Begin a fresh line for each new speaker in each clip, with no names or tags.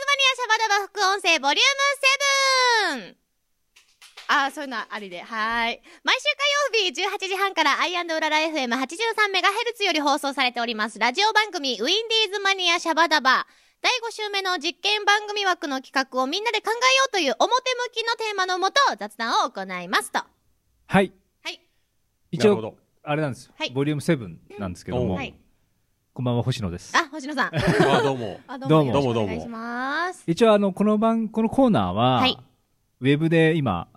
ドバ副音声ボリューム 7! ああ、そういうのありで。はーい。毎週火曜日18時半からアイウララ FM83MHz より放送されております。ラジオ番組ウィンディーズマニアシャバダバ。第5週目の実験番組枠の企画をみんなで考えようという表向きのテーマのもと雑談を行いますと。
はい。
はい。
一
なるほ
応
ど、
あれなんですよ
はい。
ボリューム7なんですけど
うん
も
は、
い
こんばんは、星野です。
あ、星野さん。
あどうも。
あ
どうも
よろしく
どう
お
も
願いします。
一応、あの、この番、このコーナーは
はい、
ウェブで今、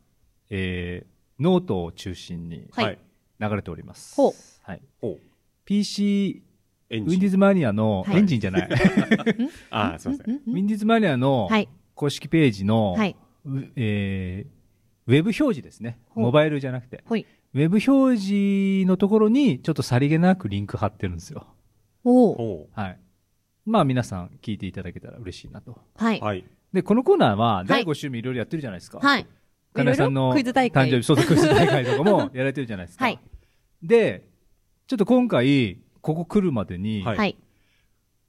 えーノートを中心に
はい
はい。
流れております。
ほう
はい。
ほう。
PC、
エ
ウ
ン
ィ
ジ
ンディ
ン。
ーズマニアの、
はい
エンジンじ ゃない。
あー、すいません。
ウィンディーズマニアの
はい
公式ページの、
はいう
えーウェブ表示ですね。
ほう
モバイルじゃなくて。
ほい。
ウェブ表示のところに、ちょっとさりげなくリンク貼ってるんですよ。
おー
ほ。。
はい。まあ皆さん聞いていただけたら嬉しいなと。
はいう
はい。
で、このコーナーは第5週目いろいろやってるじゃないですか。
はい。
金井さん
いろい
の
ろクイズ
誕
大会
生日、そうそう、クイズ大会とかも やられてるじゃないですか。
はい
で、ちょっと今回、ここ来るまでに、
はい
はい。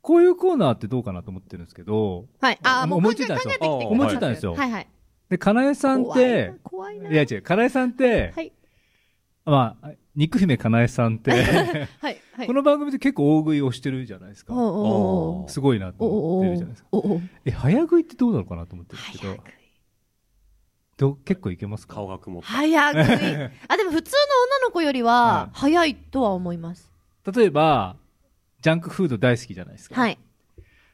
こういうコーナーってどうかなと思ってるんですけど、
はい。あー、
お
もう
思
考
いつい
え
た
考
んです
え
よ
てきてくれた。
思いつい
たんですよ
はいはい。
で、金江さんって、
怖いな。怖
いや違う、金江さんって、
はい。
まあ、肉姫かなえさんって、
はい。はい。
この番組で結構大食いをしてるじゃないです
お
か
う。おう
すごいなと
おうおう
思ってるじゃないですか。
おうおう
え、早食いってどうなのかなと思ってるんですけ
早
ど
食い。
どう、結構いけますか
顔が曇った。
早 食い。あ、でも普通の女の子よりは
は、い
早いとは思います。
例えば、ジャンクフード大好きじゃないですか。
はい。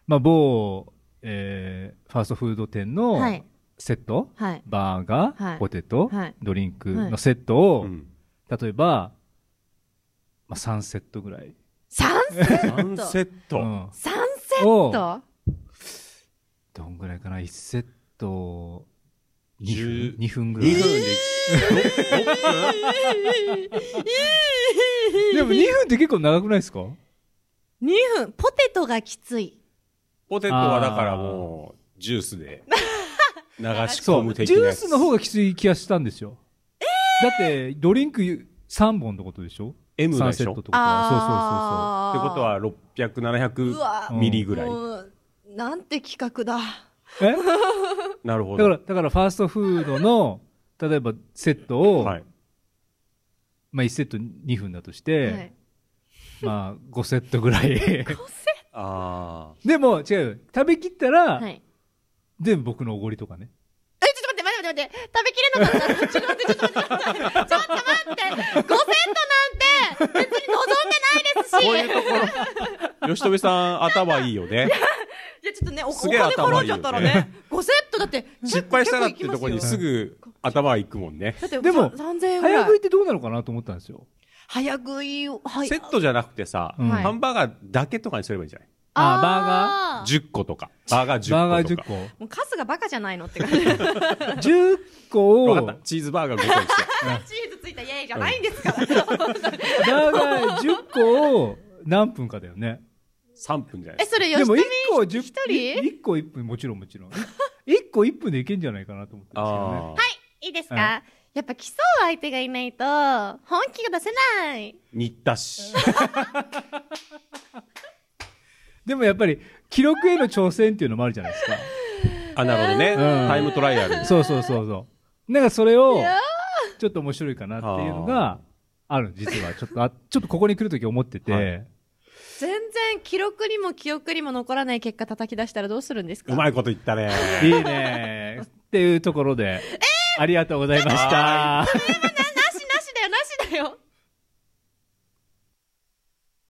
まあ、某、えーファーストフード店の
はい
セット、
はい。
バーガー、
はい
ポテト、
はい
ドリンク
はい
のセットを、
うん。
例えば、まあ、3セットぐらい。
三セ
サ
ッ
ン
ト
セッ
う
ト。
ん
三セット
どんぐらいかな ?1 セット2
十
分 ,2 分ぐらい
2。分で、
でも2分って結構長くないですか
二分。ポテトがきつい。
ポテトはだからもう、ジュースで、流し込む的
ジ
な
ュー
やつ。
スの方がきつい気がしたんですよ。だって、ドリンク3本ってことでしょ
M で
?3
し
セッ
ょっ
トって
て
ことは。
あー
ことは、
う
600、
わ
う
700
ん
ミリぐらい。
もうなんて企画だ。
そうそうそうそう。
なるほ
えだか
ど。
ら、だからファーストフードの、例えばセットを、
はい。
まあ1セット2分だとし
は
て、
い。
まあ5セットぐらい。
あ
でも違う。食べきったら、
はい。
全部僕のおごりとかね。
え、ちょっと待って、待って、待って、待って。食べきれなかった。ちょっと待って、ちょっと待って、ちょっと待って。ちょっと待って。5セットなんて、別に
あ。こ
望
うん
でないいうですし。
ところ、吉富さん頭いいよね。
いや、ちょっとね、おお
すげえ
金
頭
払
い
っ
い
ちゃ
よね
ったらね。5セットだって、
失敗したらってとこに
結
すぐ頭いくもんね。
構いきますよ。
でも
だってさ3000円ぐ
早
ら
食い
い
っ。てどうなのかなと思ったんですよ。
早食いを、は
セットじゃなくてさ、
うん
ハンバーガーだけとかにすればいいんじゃない
あー
ーー。
10個とか。バーガー10個とか。
バーガー10個。
もう数がバカじゃないのって感じ。 チー
10個を、バ
わ
ー
か
ガ
った。チーズバーガー5個にして。
ズついたイエーイじゃないんですから。
ー10個を何分かだよね。
3分じゃない
え、
ですか。
それ
で
吉
も
富
1個10
一人
?1 個1分、もちろんもちろん。1個1分でいけんじゃないかなと思って るんですけどね。
あ
いいです
うん
かやっぱ競う相手がいないと、本気が出せない。
ー、新田市。
でもやっぱり、記録への挑戦っていうのもあるじゃない ですか。
あ、なるほどね。
ん
タイムトライアル。
そうそうそうそう。なんかそれを、ちょっと面白いかなっていうのが、ある、実は。ちょっと、あちょっとここに来るとき思ってて、
は
全然記録にも記憶にも残らない結果叩き出したらどうするんですか
うまいこと言ったね。
い、いねっていうところで、ありがとうございました。
なしなしだよ、なしだよ。